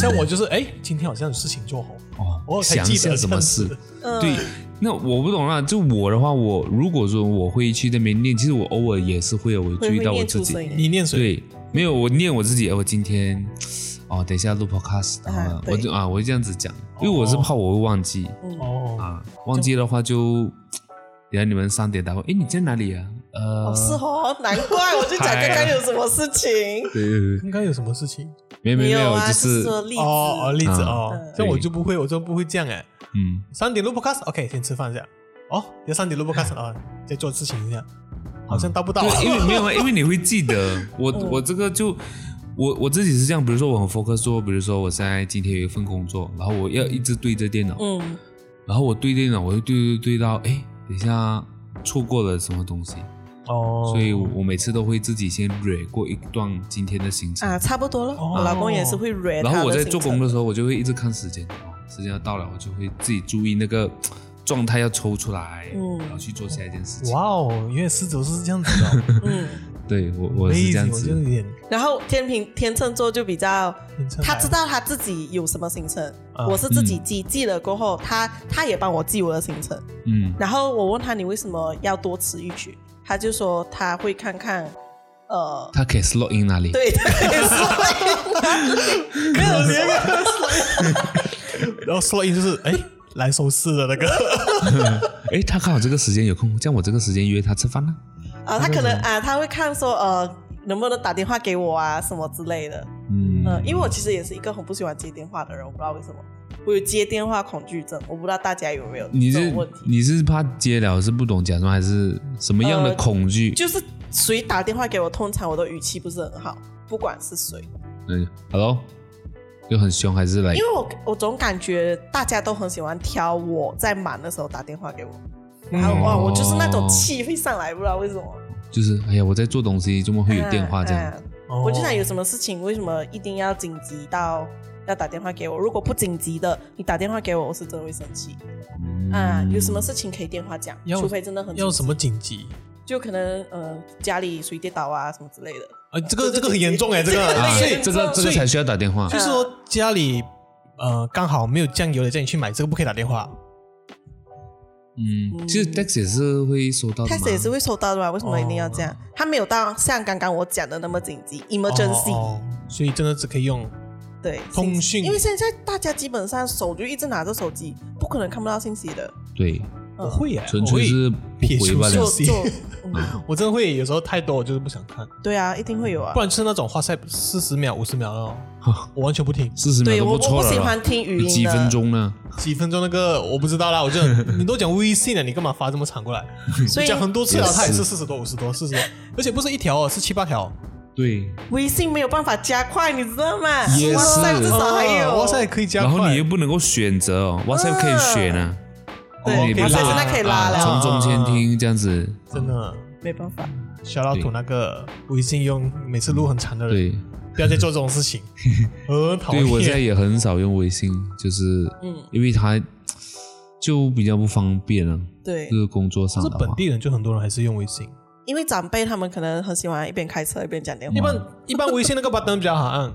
像我就是哎，今天好像有事情做好，哦，我才想记一得下什么事 <laughs> 这样？子嗯对，那我不懂啦。啊就我的话，我如果说我会去那边念，其实我偶尔也是会有，我注会意会到我念自出己。声音。你念谁？对，没有我念我自己，哎我今天哦，等一下录 podcast 啊啊，对我就啊，我就这样子讲，因为我是怕我会忘记嗯，哦，啊，忘记的话就，等下你们三点打我，哎，你在哪里啊？呃，哦是哦，难怪我就讲刚刚有什么事情。对对对，应该有什么事情？没有没没有没有，啊，就就是是说例子。哦哦，例子啊哦，嗯像我就不会，我就不会这样哎。嗯，三点录 podcast，OK，先吃饭一下。哦，要三点录 podcast 啊，再做事情一下，好嗯像到不到啊。对，因为没有 <laughs> 啊，因为你会记得我嗯我这个就。我我自己是这样，比如说我很 focus 做，比如说我现在今天有一份工作，然后我要一直对着电脑，嗯，然后我对电脑，我就对对对到，哎，等一下错过了什么东西，哦所以我我每次都会自己先蕊过一段今天的行程，啊，差不多了。哦我老公也是会然 read 他后的我在行做工程的时候，我就会一直看时间，哦时间要到了，我就会自己注意那个状态要抽出来，嗯然后去做下一件事情。哇哦，原来狮子座是这样子 <laughs> 的，嗯，对我我是这样 Amazing，我就有子，点然后天平天秤座就比较，天秤他来知道他自己有什么行程，啊我是自己记，记了过后，他他也帮我记我的行程。嗯然后我问他你为什么要多此一举，他就说他会看看，呃，他可以 slot in 哪里？ <laughs> 对，他也是会没有没有然后说音就是哎，来收视的那个， <laughs> 哎，他刚好这个时间有空，这样我这个时间约他吃饭呢。啊，他可能啊，他会看说呃能不能打电话给我啊什么之类的。嗯嗯，因为我其实也是一个很不喜欢接电话的人，我不知道为什么，我有接电话恐惧症，我不知道大家有没有你这是种问题，你是怕接了是不懂假装，还是什么样的呃恐惧？就是谁打电话给我，通常我的语气不是很好，不管是谁，嗯，Hello，又很凶，还是来因为我我总感觉大家都很喜欢挑我在忙的时候打电话给我，然嗯后嗯哇，我就是那种气会上来，不知道为什么。就是哎呀，我在做东西，怎么会有电话这样？嗯嗯哦我就想有什么事情，为什么一定要紧急到要打电话给我？如果不紧急的，你打电话给我，我是真的会生气。嗯，有什么事情可以电话讲，要除非真的很紧急要什么紧急？就可能呃家里水跌倒啊什么之类的。啊，这对个对这个很严重哎，这这个个啊很所严以这重个这个才需要打电话就，是说家里呃刚好没有酱油的，叫你去买这个不可以打电话。嗯，其实 text 也是会收到的开嘛始也是会收到的嘛，为什么一定要这样？他没有到像刚刚我讲的那么紧急，emergency，、哦哦所以真的只可以用对，通信息讯因为现在大家基本上手就一直拿着手机，不可能看不到信息的。对，我会耶，纯粹是不回吧我会两就信息就、嗯， <laughs> 我会我真的会，有时候太多我就是不想看，对啊，一定会有啊不。然就是那种花塞四十秒、五十秒那 <laughs> 种，我完全不听。四十秒对都我我错不了喜啦欢，听有语音的，几分钟呢？几分钟那个我不知道啦，我就 <laughs> 很你都讲微信了，你干嘛发这么长过来？所以讲很多次了，也是他也是四十多、五十多、四十多，而且不是一条哦，是七八条。对，微信没有办法加快，你知道吗？也是哇塞，至少还有哦哇塞，可以加然快。后你又不能够选择哦，WhatsApp 可以选啊，哦你可不以是拉哇塞现在可以拉了从中间听这样子，真的，没办法，小老土那个微信用每次录很长的人，对。不要再做这种 <laughs> 事情，很讨对我现在厌。也很少用微信，就是嗯因为它就比较不方便啊，对就，是工作上是的话本地人，就很多人还是用微信。因为长辈他们可能很喜欢一边开车一边讲电一话，般一般微信那个 button 比较好按，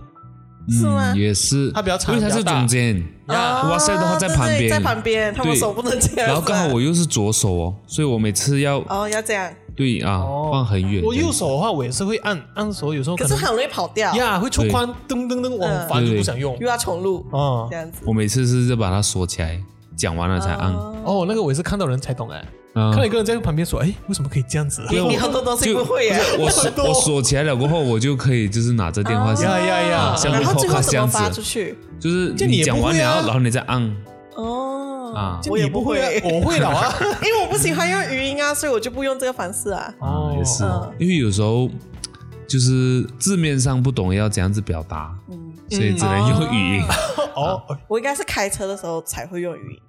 是吗嗯、也是，它比较长因为它是比较大中 <laughs> 间，啊哇塞的话对在旁哦对边在旁边，他们对手不能这样。然后刚好我又是左手哦，所以我每次要、哦要这样，对啊、哦放很远，我右手的话我也是会按，按手有时候可是能很嗯容易跑掉，呀会出框，噔噔噔往反就不想用又。要重录哦这样子。我每次是就把它锁起来，讲完了才按，哦，哦，那个我也是看到人才懂哎，嗯看到一个人在旁边说，哎，为什么可以这 <laughs> 样子？因为你我很多东西就不会耶不是我很多锁我锁起来了过后，我就可以就是拿着电话呀呀呀！像然后最后 podcast 怎这么样子发出去？就是这你也讲不完会了，啊然后你再按，哦啊这我你也不啊会，我会 <laughs> 了啊。因为我不喜欢用语音啊，所以我就不用这个方式啊。哦啊，也是嗯，因为有时候就是字面上不懂要怎样子表达，嗯，所以只能用语音。哦，我应该是开车的时候才会用语音。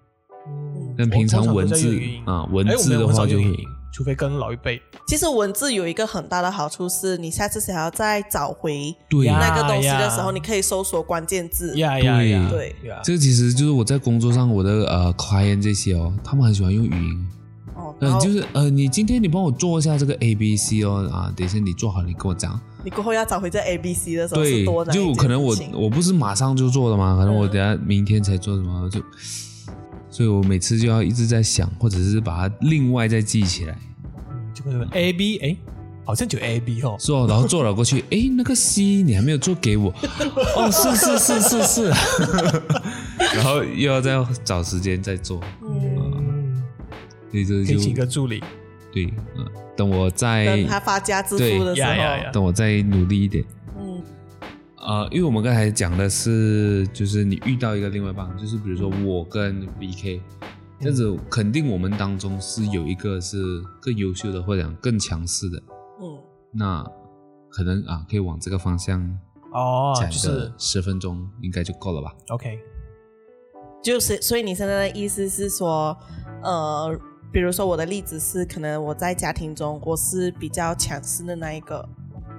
嗯但平常文字啊，文哎字的话就会会，除非跟老一辈其实文字有一个很大的好处是，你下次想要再找回对呀那个东西的时呀候，你可以搜索关键字。呀呀呀，对呀这个其实就是我在工作上，我的呃 client 这些哦，他们很喜欢用语音，哦，然嗯，后就是呃，你今天你帮我做一下这个 A B C 哦，啊，等一下你做好，你跟我讲。你过后要找回这 A B C 的时候是对多，难一件就事情。可能我我不是马上就做的嘛，可能我嗯等下明天才做什么，就，所以我每次就要一直在想，或者是把它另外再记起来，这个 A B 哎，好像就 A B 哦，做，然后做了过去， <laughs> 诶，那个 C 你还没有做给我，哦，是是是是是， <laughs> 然后又要再找时间再做，嗯，嗯，所以这可就以请个助理，对，嗯、等我再等他发家致对富的时呀呀呀候，等我再努力一点。嗯，呃，因为我们刚才讲的是，就是你遇到一个另外一半，就是比如说我跟 BK 这样嗯子，肯定我们当中是有一个是更优秀的，或者讲更强势的，嗯，那可能啊，可以往这个方向哦，讲就个是十分钟，应该就够了吧？ OK，就是所以你现在的意思是说，呃，比如说我的例子是，可能我在家庭中我是比较强势的那一个，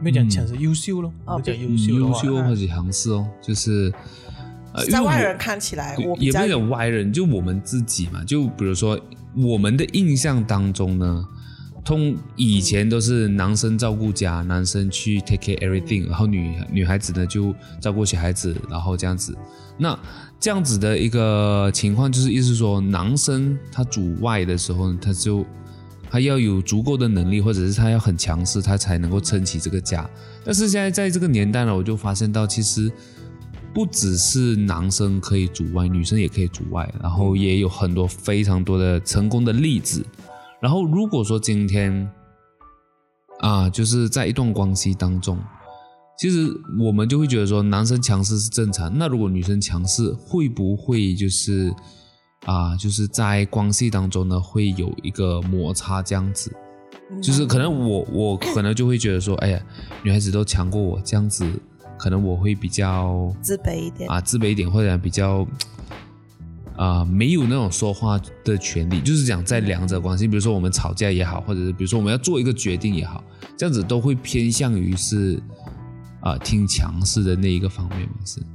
没有讲强势，优秀咯，哦没有讲比优秀的嗯优话秀或者强势哦，就是呃，在因为外我人看起来对我比也不较是讲外人，就我们自己嘛。就比如说我们的印象当中呢，通以前都是男生照顾家，男生去 take care 嗯 everything，、然后女女孩子呢就照顾小孩子，然后这样子。那这样子的一个情况，就是意思说，男生他主外的时候呢，他就他要有足够的能力，或者是他要很强势，他才能够撑起这个家。但是现在在这个年代呢，我就发现到其实不只是男生可以主外，女生也可以主外，然后也有很多非常多的成功的例子。然后如果说今天啊，就是在一段关系当中，其实我们就会觉得说，男生强势是正常。那如果女生强势，会不会就是啊，就是在关系当中呢，会有一个摩擦这样子？嗯就是可能我我可能就会觉得说，哎呀，女孩子都强过我这样子，可能我会比较自卑一点。啊自卑一点，或者比较啊、没有那种说话的权利。就是讲在两者关系，比如说我们吵架也好，或者是比如说我们要做一个决定也好，这样子都会偏向于是啊、听强势的那一个方面嘛，是。嗯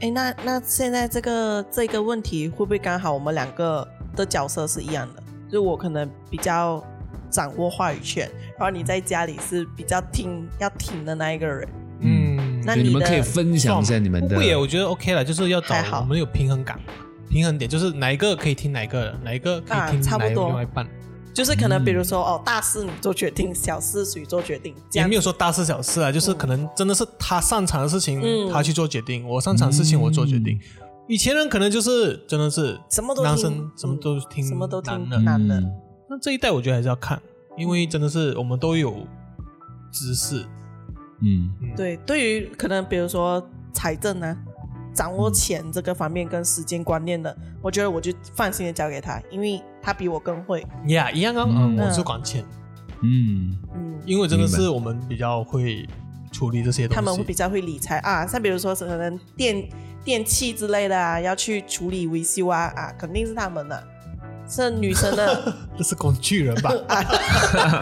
哎，那那现在这个这个问题会不会刚好我们两个的角色是一样的？就我可能比较掌握话语权，然后你在家里是比较听要听的那一个人。嗯，那对你你们的可以分享一下你们的不也我觉得 OK 了，就是要找还好我们有平衡感，平衡点就是哪一个可以听哪一个，哪一个可以啊听差哪不一个多另外一半，就是可能比如说、哦，大事你做决定，小事谁做决定，这嗯也样没有说大事小事啊，就是可能真的是他擅长的事情，嗯他去做决定；我擅长的事情我做决定。嗯以前人可能就是真的是什么都男听生什么都嗯听，什么都听男的男的嗯那这一代我觉得还是要看，因为真的是我们都有知识，嗯嗯，，对，对于可能比如说财政啊，掌握钱这个方面跟时间观念的，我觉得我就放心的交给他，因为他比我更会。呀、一样啊，嗯嗯，我是管钱，嗯嗯，因为真的明是白我们比较会处理这些东西，他们会比较会理财啊，像比如说可能电电器之类的啊，要去处理维修啊啊，肯定是他们的。是女生的，这是工具人 <laughs> 吧？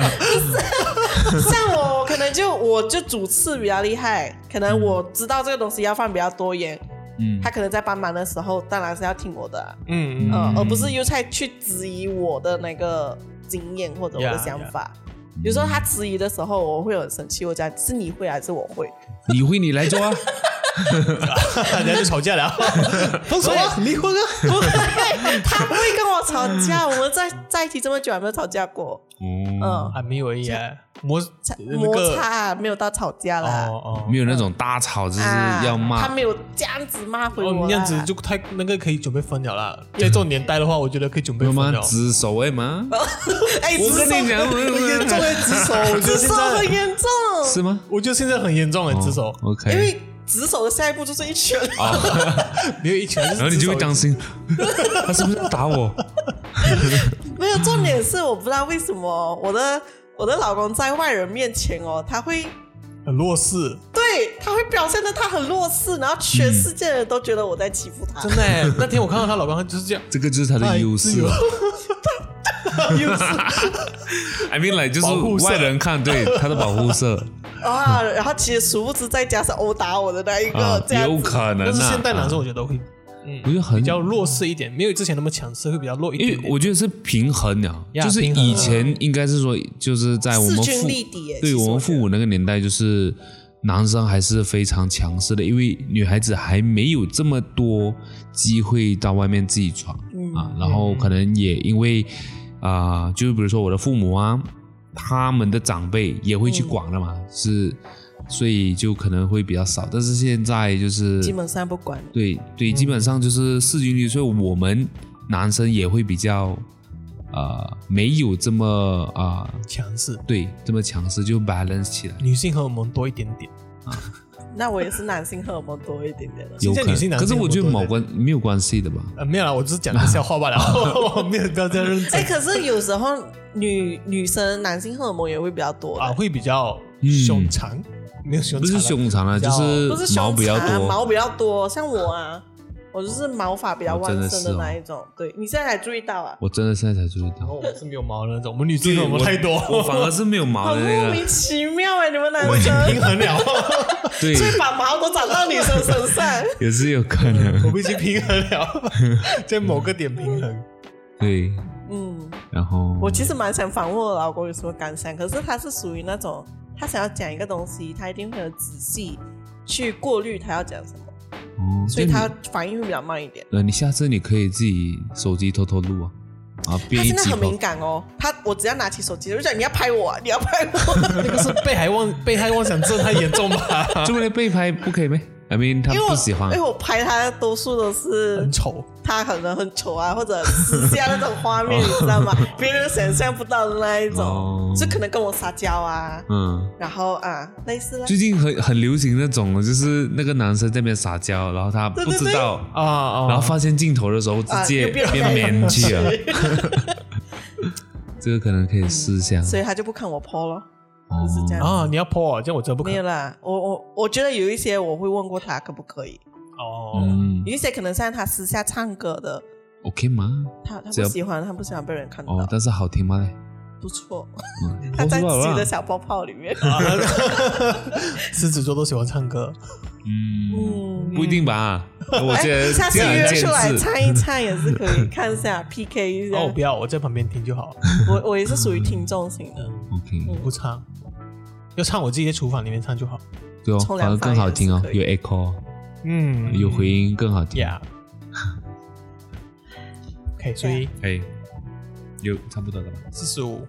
<laughs> 像我可能就我就主次比较厉害，可能我知道这个东西要放比较多盐，嗯他可能在帮忙的时候当然是要听我的、啊，嗯嗯呃，而不是邮差去质疑我的那个经验或者我的 Yeah, 想法。比如说他质疑的时候，我会很生气，我讲是你会还是我会？ <laughs> 你会你来做 <laughs> 啊，大家就吵 <laughs> 架了，分手啊，离婚啊，不会，他不会跟我吵架。我们在在一起这么久，还没有吵架 <laughs> 过。嗯哦，，还没有而已啊，摩吵那摩个擦没有到吵架啦。哦哦没有那种大吵，只是啊要骂，他没有这样子骂回我啦。哦，那样子就太那个可以准备分了啦。在这种年代的话，我觉得可以准备啊有分吗？了。只手哎嘛，哎，我跟你讲，严重哎的职 <laughs> 守，我觉得直现手很在，严重，是吗？我觉得现在很严重欸的职守哦，，OK，哦因为直手的下一步就是一拳。没有一拳，然后你就会担心， <laughs> 他是不是打我？没有，重点是我不知道为什么我的我的老公在外人面前哦，他会很弱势，对他会表现的他很弱势，然后全世界的人都觉得我在欺负他真。<laughs> 的欸。那天我看到她老公她就是这样，这个就是他的优势哎。又是啊 I mean like 保就护是色外人看对他的保护 <laughs> 色啊，然后其实殊不知在家是殴打我的那一啊个，，哦这样有子可能但是啊。现代男生啊我觉得会我觉得很比较弱势一点，没有之前那么强势，会比较弱一因点为点。我觉得是平衡了，呀就是平衡啊以前应该是说，就是在我们势父均力敌耶对其实我们我觉父母那个年代，就是男生还是非常强势的，因为女孩子还没有这么多机会到外面自己闯、嗯啊，然后可能也因为啊、就是比如说我的父母啊，他们的长辈也会去管的嘛，嗯是，所以就可能会比较少，但是现在就是基本上嗯不管。对对，基本上就是势均力敌，所以我们男生也会比较呃没有这么啊、呃强势，对这么强势，就 balance 起来。女性荷尔蒙多一点点，那我也是男性荷尔蒙多一点点的。有可现在女性能，男可性是我觉得很多某关没有关系的吧？呃，没有啦，我只是 <laughs> 讲个笑话罢了， <laughs> 我没有不要这样认 <laughs> 哎，真可是有时候女女生男性荷尔蒙也会比较多的啊，会比较嗯凶残，没有凶残，不是，凶残啊，比就较不是是毛胸比较长啊多，毛比较多，像我啊，我就是毛发比较哦旺真的盛是的哦那一种。对你现在还注意到啊？我真的现在才注意然后到，我们是没有毛的那种，我们女性荷尔蒙太多， <laughs> 我反而是没有毛很的莫那个名，其妙哎，你们男我已经生平衡 <laughs> 了，对，所以把毛都长到女生身上。 <laughs> 也是有可能，我们已经平衡了，在某个点平衡。对，嗯，然后我其实蛮想访问我老公有什么感想，可是他是属于那种他想要讲一个东西，他一定会很仔细去过滤他要讲什么，哦所以就你他反应会比较慢一点。呃，你下次你可以自己手机偷偷录啊，啊，他编一现在集很敏吧，感哦，他我只要拿起手机，就讲你要拍我、 <laughs> 啊，你要拍我，那个是被害妄被害妄想症太严重吧？就为了被拍不可以吗？I mean <laughs> 他因为我不喜欢因为，我拍他多数都是很丑，他可能很丑啊，或者私下那种画面，你知 <laughs> 道吗？别人想象不到的那一哦种，就可能跟我撒娇啊，嗯。然后啊类似啦。最近很很流行那种，就是那个男生在那边撒娇，然后他不知道，啊啊！然后发现镜头的时候直哦啊接又变变 <laughs> man 去了。这个可能可以试一下。所以他就不看我 PO 了。哦就是这样啊，你要泼啊，这样我真不可没有啦，我我我觉得有一些我会问过他可不可以，哦。嗯有一些可能像他私下唱歌的， ，OK 吗？他他只不要喜欢，他不喜欢被人看到，哦，但是好听吗嘞？不错，嗯，他在自己的的小泡泡里面， <laughs> 狮子座都喜欢唱歌，嗯，嗯，不一定吧？我哎，觉得下次见仁约见出来智。唱一唱也是可以，看一下 PK 一下哦，我。不要，我在旁边听就好，我我也是属于听众型的，嗯嗯 OK，不唱，要唱我自己在厨房里面唱就好。对哦，冲反凉而更好听哦房，有也 echo，嗯有回音更好听。 <laughs> 呀。OK，所以哎，有差不多了吧？四十五，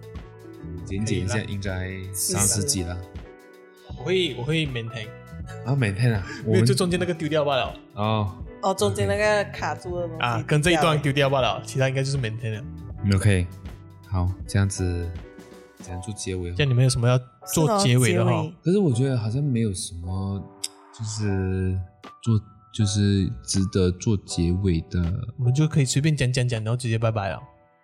简解一可下以，应该三十几了。我会我会 maintain，啊，每天啊，我没有们就中间那个丢掉罢了哦哦，中间那个卡住的东西啊，跟这一掉了段丢掉罢了，其他应该就是 maintain 了。 ，OK，好，这样子，这样做结尾哦。像你们有什么要是哦做咯结尾的哈？可是我觉得好像没有什么，就是做就是值得做结尾的我们就可以随便讲讲讲，然后直接拜拜了。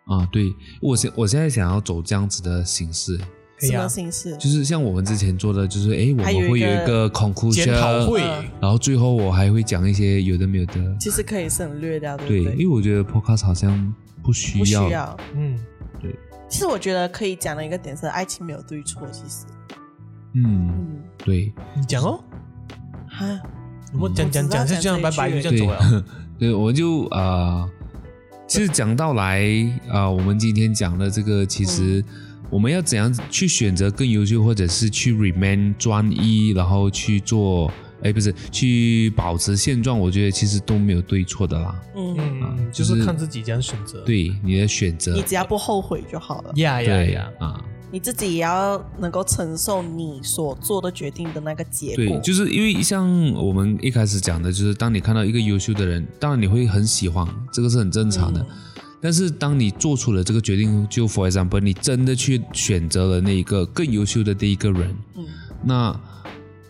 啊。对我现我现在想要走这样子的形式，可以什啊么，形式？就是像我们之前做的，就是哎，我还有一们会有一个个 conclusion 检讨会嗯然后最后我还会讲一些有的没有的。其实可以省略掉，对对，不因为对？我觉得 podcast 好像不需不需要，要。嗯，其实我觉得可以讲的一个点是，爱情没有对错。其实，嗯，嗯，对你讲哦，哈，我们讲我讲知道讲就这样，讲拜这一拜就句这样对 <laughs> 走了。对，我就啊，其实讲到来啊、我们今天讲的这个，其实我们要怎样去选择更优秀，或者是去 remain 专一，然后去做，哎，不是去保持现状，我觉得其实都没有对错的啦。嗯，嗯，就就是是看自己这样选择。对你的选择你，只要不后悔就好了。呀呀对呀，啊，你自己也要能够承受你所做的决定的那个结对果，。就是因为像我们一开始讲的，就是当你看到一个优秀的人，当然你会很喜欢，这个是很正常的。但是当你做出了这个决定，就 for example，你真的去选择了那一个更优秀的第一个人，嗯那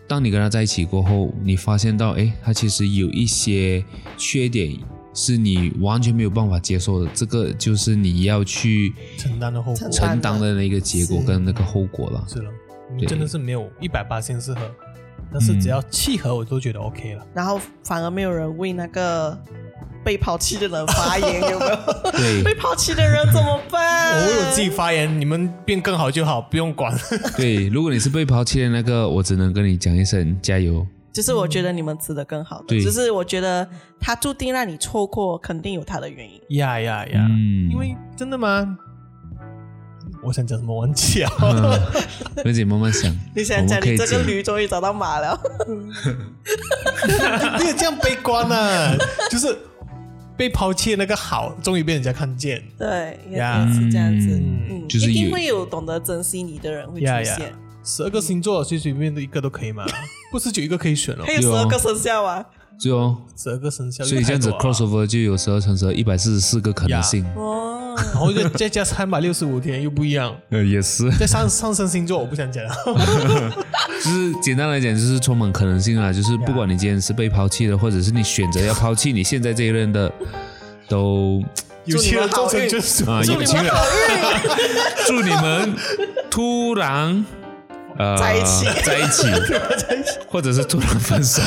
当你跟他在一起过后，你发现到，哎，他其实有一些缺点是你完全没有办法接受的，这个就是你要去承担的后果承承担的那个结果是跟那个后果了。是了，你对真的是没有一百八先适合，但是只要契合，我都觉得 OK 了。然后反而没有人为那个被抛弃的人发言，有没有？对 <laughs> 被抛弃的人怎么办？我为我自己发言，你们变更好就好，不用管。 <laughs> 对，如果你是被抛弃的那个，我只能跟你讲一声加 <laughs> 油。就是我觉得你们值得更好的，对就是我觉得他注定让你错过，肯定有他的原因。呀呀呀！嗯因为真的吗？我想讲什么忘记 <laughs> 啊？而且嗯慢慢想，你我想们讲可以你这个讲驴终于找到 <laughs> 马了，没有这样悲观啊，就是被抛弃的那个好，终于被人家看见。对，应呀该是这样子，嗯嗯，就是一定有会有懂得珍惜你的人会出呀呀现，十二个星座随随便便一个都可以吗？不是就一个可以选哦还，有十有二个生肖啊，对哦，十二个生肖，所以这样子又太多了啊 crossover 就有十二乘十二，一百四十四个可能性。啊 <laughs> 哦，然后再再加三百六十五天又不一样。呃，也是，在上上升星座我不想讲了， <laughs> 就是简单来讲，就是充满可能性啊。就是不管你今天是被抛弃的，或者是你选择要抛弃你现在这一任的，都有些人造成就是啊就有是情人，祝你们突然呃在一起在一 <laughs> 起，或者是突然分手。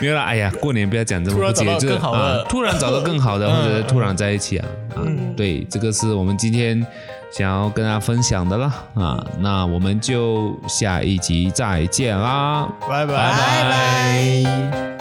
没有啦，哎呀，过年不要讲这么不吉利，突然找到就是更好的嗯啊，突然找到更好的，或者是突然在一起啊，啊，对，这个是我们今天想要跟大家分享的啦，啊，那我们就下一集再见啦，拜拜拜拜